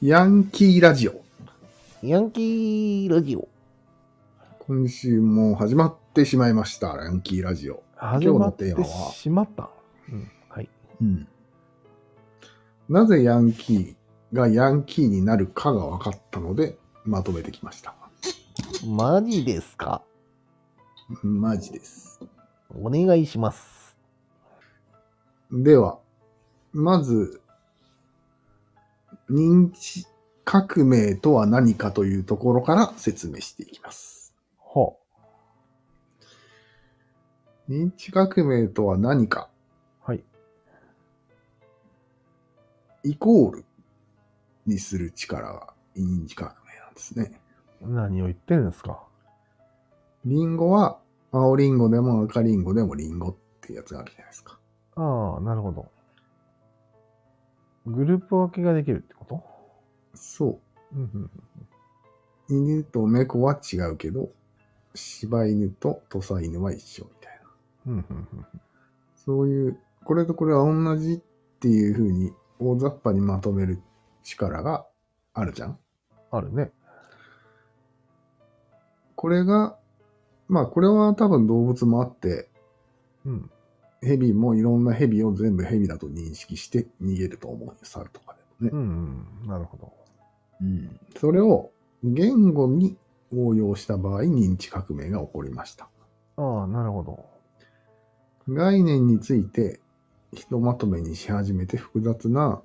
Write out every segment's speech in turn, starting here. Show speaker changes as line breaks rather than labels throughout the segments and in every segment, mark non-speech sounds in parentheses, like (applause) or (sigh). ヤンキーラジオ。
ヤンキーラジオ。
今週も始まってしまいました。ヤンキーラジオ。
始
の
まっ
テー
て
マは
しまった。うん。はい。
うん。なぜヤンキーがヤンキーになるかが分かったので、まとめてきました。
マジですか
マジです。
お願いします。
では、まず、認知革命とは何かというところから説明していきます。
は
認知革命とは何か
はい。
イコールにする力が認知革命なんですね。
何を言ってるんですか
リンゴは青リンゴでも赤リンゴでもリンゴってやつがあるじゃないですか。
ああ、なるほど。グループ分けができるってこと
そ
うんうん。
う。犬と猫は違うけど、柴犬と土佐犬は一緒みたいな。
うんうんうん。
そういう、これとこれは同じっていうふうに大雑把にまとめる力があるじゃん。
あるね。
これが、まあこれは多分動物もあって、
うん。
ヘビもいろんなヘビを全部ヘビだと認識して逃げると思うよ猿とかでも
う
ね。
んうん。なるほど。
うん。それを言語に応用した場合、認知革命が起こりました。
ああ、なるほど。
概念についてひとまとめにし始めて複雑な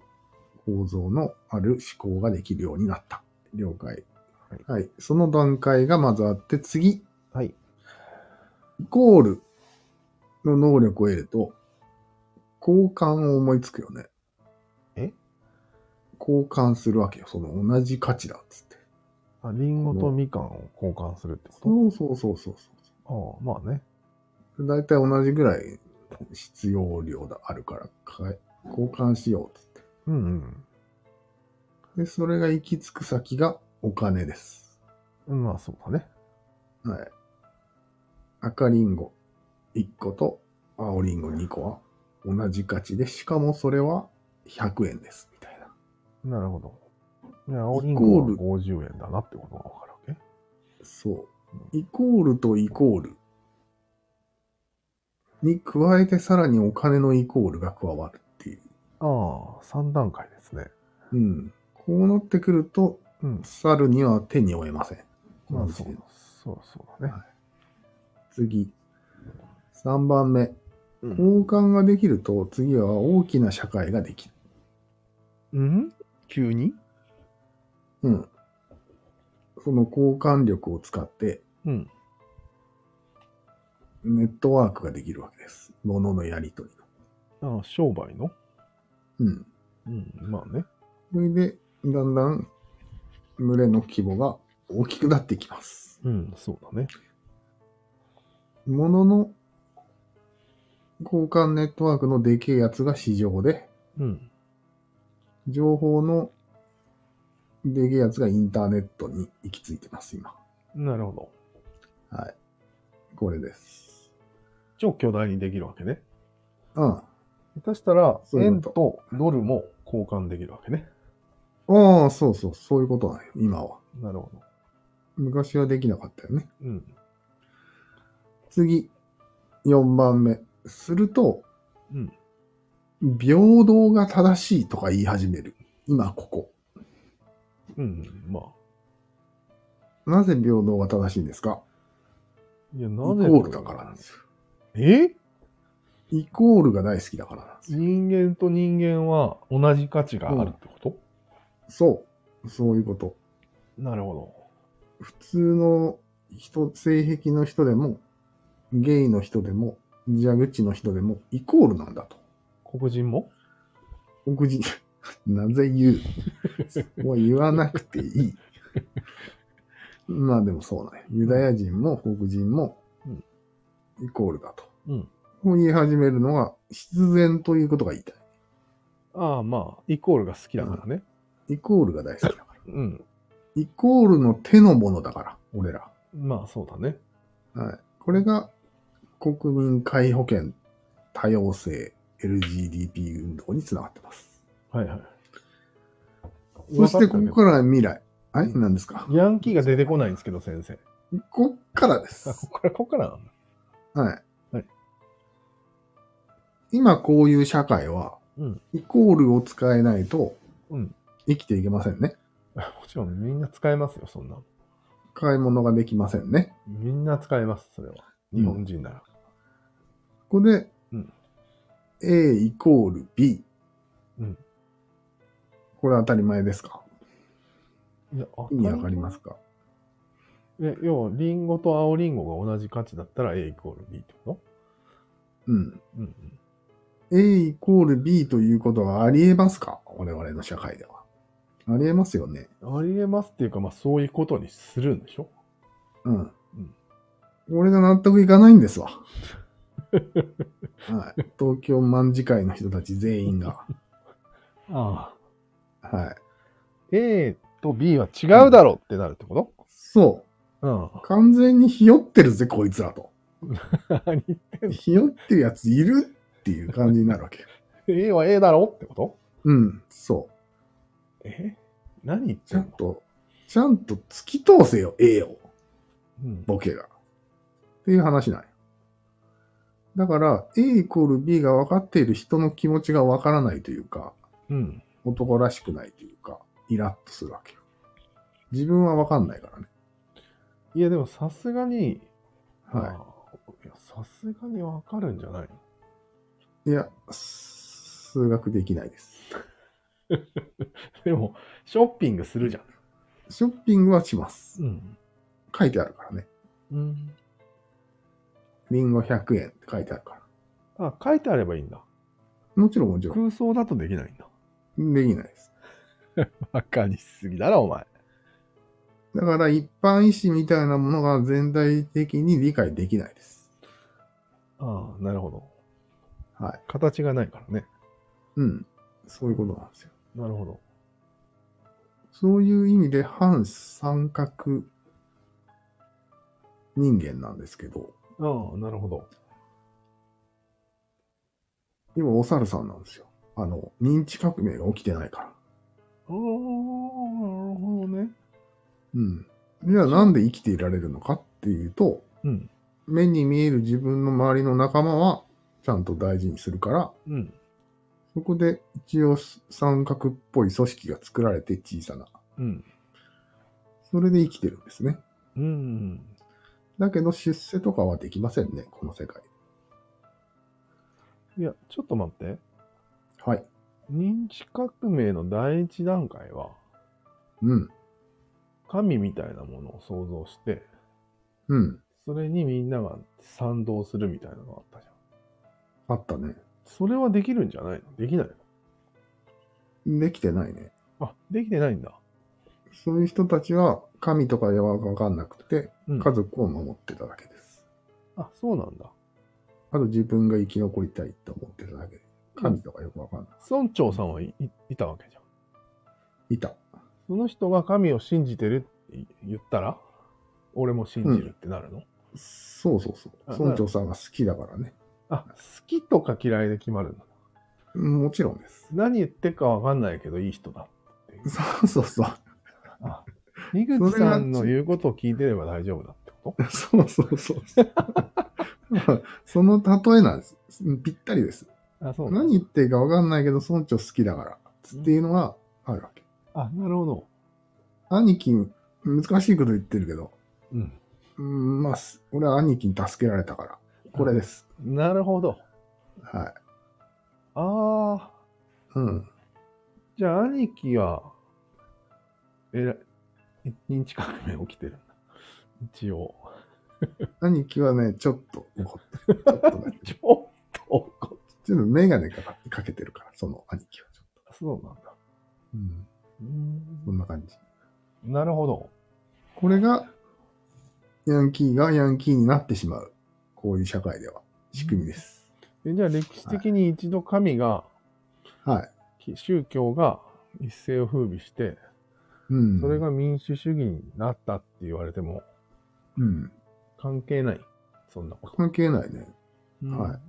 構造のある思考ができるようになった。了解。はい。その段階がまずあって、次、
はい。
イコールの能力を得ると、交換を思いつくよね。
え
交換するわけよ。その同じ価値だっつって。
あ、リンゴとみかんを交換するってこ
そうそうそうそうそ
とああ、まあね。
う。だいたい同じぐらい必要量があるから、かえ交換しようっつって。
うんうん。
で、それが行き着く先がお金です。
うんまあそうだね。
はい。赤リンゴ1個と青リンゴ2個は同じ価値で、しかもそれは100円です。みたいな。
なるほど。いや、
イコー
青
ル
リンゴは50円だなってことがわかるわけ
そう。イコールとイコールに加えてさらにお金のイコールが加わるっていう。
ああ、3段階ですね。
うん。こうなってくると、
うん。
猿には手に負えません。
まあ
この時
そう
点で、
そうそうだね。
次。3番目。
うん
交換ができると次は大きな社会ができる。
うん急に
うん。その交換力を使って
うん。
ネットワークができるわけです。物のやり取り
ああ、商売の
の。うん。
うん、まあね。
それで、だんだん群れの規模が大きくなっていきます。
うん、そうだね。
物の交換ネットワークのでけえやつが市場で、
うん。
情報のでけえやつがインターネットに行き着いてます、今。
なるほど。
はい。これです。
超巨大にできるわけね。
うん。
下手したら、
そういう
円
こと
ドルも交換できるわけね。
ああ、そうそう、そういうことなんよ、今は。
なるほど。
昔はできなかったよね。
うん。
次、4番目。すると、
うん。
平等が正しいとか言い始める。今、ここ。
うん。まあ。
なぜ平等が正しいんですか
いや、
イ
な
コ
ぜ
ールだからなんですよ。
え
イコールが大好きだからなんですよ。
人間と人間は同じ価値があるってこと、
そう。そういうこと。
なるほ
普通の人、性癖の人でも、ゲイの人でも、蛇口の人でも、イコールなんだと。
ど。黒人も
黒人、 (laughs) なぜ言うそこは言わなくていい。まあでもそうだね。ユダヤ人も黒人も
うん、
イコールだと。
うん。
こう言い始めるのは、必然ということが言いた
ああ、まあ、イコールが好きだからね。
い。イコールが大好きだから。
うん。
イコールの手のものだから、俺ら。
まあ、そうだね。
はい。これが、国民皆保険、多様性、LGBT 運動につながってます。
はいはい。。
そしてここかららは未来。はい、何ですか
ヤンキーが出てこないんですけど、
(laughs)
先生。
こっからで
あ、
す
こ。こから、ここからなんだ。
はい。
はい
今こういう社会は、
うん。
イコールを使えないと
うん。
生きていけませんね。
(laughs) もちろんみんな使えますよ、そんなの。
買い物ができませんね。
みんな使えます、それは。日本人なら。
ここで、
うん
A イコール B。
うん
これ当たり前ですか
いや、あ
意味わかりますか
え、要は、リンゴと青リンゴが同じ価値だったら A イコール B ってこ
うん。
とうんうん。
A イコール B ということはありえますか我々の社会では。ありえますよね。
ありえますっていうか、まあ、そういうことにするんでしょ
うん。
ん
俺が納得いかないんですわ。はい、東京卍会の人たち全員が。
ああ。
はい。
A と B は違うだろうってなるってこ
そ
とうん。
う。完全にひよってるぜ、こいつらと。
何言ってんの
ひよってるやついるっていう感じになるわけ。
?A は A だろうってこと
うん、そう。
え何言っ
ち
て
ゃ
ん
ん
の、
と、ちゃんと突き通せよ、ええよ、
うん、
ボケが。っていう話なんよだから、A イコール B が分かっている人の気持ちが分からないというか、
うん。
男らしくないというか、イラッとするわけよ。自分は分かんないからね。
いや、でもさすがに、
は
あいやさすがにわかるんじゃない
い。いや、数学できないです。
の (laughs) でも、ショッピングするじゃ
ショッピングはします。
ん。うん。
書いてあるからね。
うん。
リンゴ100円って書いてあるから。
あ、書いてあればいいんだ。
もちろんもちろん。
空想だとできないんだ。
できないです。
バカにしすぎだろ、お前。
だから一般意思みたいなものが全体的に理解できないです。
ああ、なるほど。
はい。
形がないからね。
うん。そういうことなんですよ。
なるほど。
そういう意味で反三角人間なんですけど、
ああ、なるほど。
今お猿さんなんですよ。あの、認知革命が起きてないから。
ああ、なるほどね。
うん。じゃあなんで生きていられるのかっていうと、
うん。
目に見える自分の周りの仲間はちゃんと大事にするから、
うん。
そこで一応三角っぽい組織が作られて小さな。
うん。
それで生きてるんですね。
うん。
だけど出世とかはできませんね、この世界。
いや、ちょっと待って。
はい。
認知革命の第一段階は、
うん。
神みたいなものを想像して、
うん。
それにみんなが賛同するみたいなのがあったじゃん。
あったね。
それはできるんじゃないのできないの
できてないね。
あ、できてないんだ。
そういう人たちは神とかはわかんなくて、
うん
家族を守ってただけです。
あ、そうなんだ。
あと自分が生き残りたいと思ってただけで、神とかよくわかんない。
村長さんはいいいたわけじゃん。
いた。
その人が神を信じてるって言ったら、俺も信じるってなるの、
そうそうそ
あ
う。村長さんが好きだからね。
あ、好きとか嫌いで決まるんだ。
もちろんです。 (laughs)
何言ってるかわかんないけどいい人だっていう。
そうそうそう。
あ、井口さんの言うことを聞いてれば大丈夫だってこと
そうそうそう。 (laughs) その例えなんです。ぴったりです。
あ、そうなんだ
何言ってるかわかんないけど、村長好きだから。っていうのがあるわけ。
あ、なるほど。
兄貴、難しいこと言ってるけど、
うん。
うん、まあ、す俺は兄貴に助けられたから。これです。
なるほど。
はい。
ああ、
うん。
じゃあ兄貴は、えらい、認知革命起きてるんだ。一応。
兄貴はね、ちょっと怒ってる。ちょっと
(laughs)
ね、
ちょっと怒っ
ちょっとメガネかかってかけてるから、その兄貴はちょっと。
た。そうなんだ。
うん。
う
こ
ー
んな感じ。
ん。なるほど。
これが、ヤンキーがヤンキーになってしまう。こういう社会では。仕組みです。
えじゃあ歴史的に一度神が、
はい。
き宗教が一世を風靡して、
うん。
それ、が民主主義になったって言われても
うん。
関係ない。そんなこと。。
関係ないね。は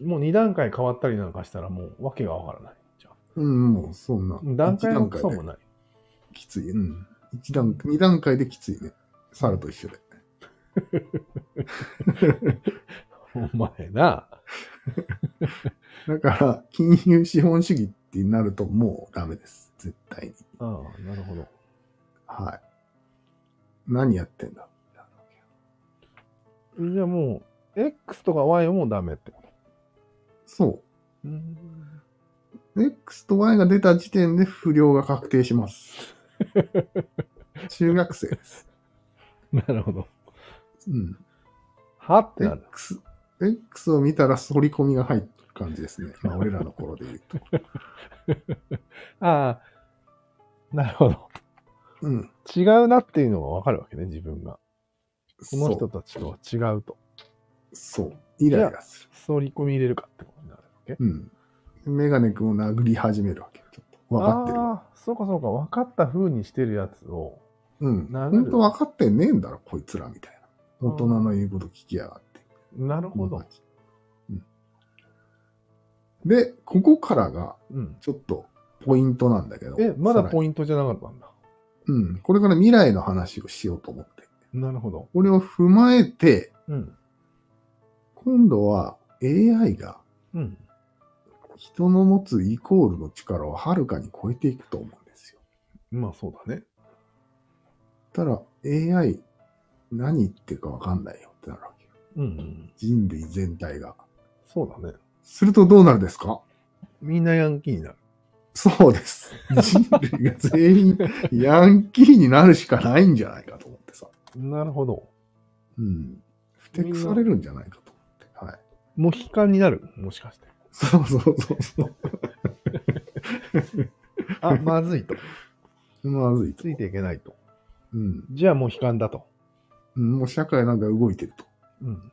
い
もう2段階変わったりなんかしたらもう訳がわからない。じゃあ
うん、もう、そんな。
段階も
一
クソもない。
きつい。うん。一段、二段階できついね。猿と一緒で。
お前な。
だから、金融資本主義ってなるともうダメです。絶対に。
ああ、なるほど。
はい。何やってんだ
じゃあもう、X とか Y もダメってこ
そ
と。うん。
う。X と Y が出た時点で不良が確定し
(laughs)
ます。中学生です。
なるほど。
うん。
はってなる。
X、X を見たら反り込みが入ってる感じですね。まあ、俺らの頃で言うと。
(laughs) ああ、なるほど。
うん。
違うなっていうのがわかるわけね、自分が。この人
そう。
たちとは違うと。
そう。イライラす
反り込み入れるかってことになるわけ。
る。うん。メガネ君を殴り始めるわけ。ちょっと。分かってるわ。
ああ、そうかそうか。分かった風にしてるやつを。
うん。
なる
本当分かってねえんだろ、こいつらみたいな。大人の言うこと聞きやがって。
なるほ
こん
ど
な。感じうんで、ここからが、
うん。
ちょっと、ポイントなんだけど。
え、まだ
イン
ポイントじゃなかったんだ。
トうん。これから未来の話をしようと思って。
なるほど。
これを踏まえて、
うん。
今度は AI が
うん。
人の持つイコールの力をはるかに超えていくと思うんですよ。
まあそうだね。
ただ AI 何言ってるかわかんないよってなるわけよ。
うん、うん。
人類全体が。
そうだね。
するとどうなるですか
みんなヤンキーになる。
そうです。人類が全員ヤンキーになるしかないんじゃないかと思ってさ。
なるほど。
うん。ふてくされるんじゃないかと思って。はい。
もう悲観になる。もしかして。
そうそうそうそう。
あ、まずいと。
まずいと
つ。いていけないと。
うん。
じゃあもう悲観だと。
うんもう社会なんか動いてると。
うん。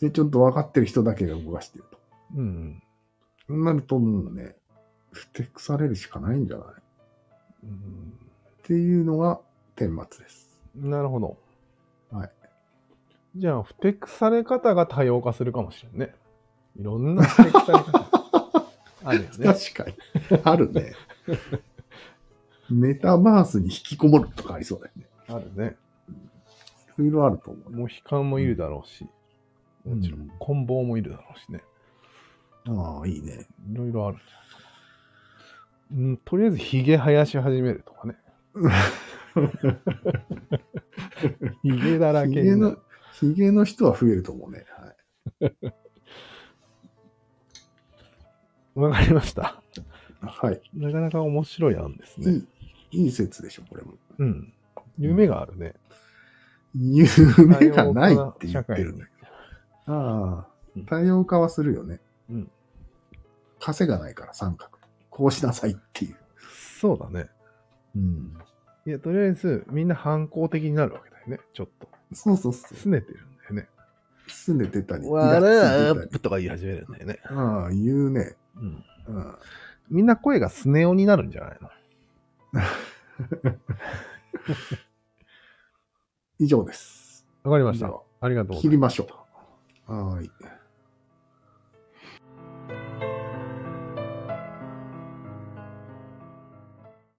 で、ちょっと分かってる人だけが動かしてると。
うん。
そうなるともうね、ふてくされるしかないんじゃない
うん、
っていうのが顛末です。
なるほど。
はい。
じゃあ、不適され方が多様化するかもしれんね。いろんな不適され
(laughs)
方あるよね。
確かに。あるね。メタバースに引きこもるとかありそうだよね。
あるね。
いろいろあると思う。
もう悲観もいるだろうし、
うん
もちろ
うん
ん、棍棒もいるだろうしね。
ああ、いいね。
いろいろあるんじゃないかな。うん、とりあえず、ひげ生やし始めるとか
(laughs)
ね。ひげだらけ
ヒ
に
ゲ
な
の
る。、
ヒゲの人は増えると思うね。はい、
わかりました。
はい、
なかなか面白い案です
い
ね。
い、いい説でしょ、これも。
うん。夢があるね。
夢がないって言ってるね。あ
う
あ
ん、
多様化はするよね。
うん。
稼がないから、三角。こうしなさいっていう。
そうだね。
うん。
いや、とりあえず、みんな反抗的になるわけだよね。ちょっと。
そうそうそう。
拗ねてるんだよね。
住んでてたり、
わ
イラつい
ら
て
ー
た
っとか言い始めるんだよね。
り。ああ、言うね。
うん。
うん。
みんな声がスネ夫になるんじゃないの
以上です。
わかりました
では。
ありがとうございます
切りましょう。はーい。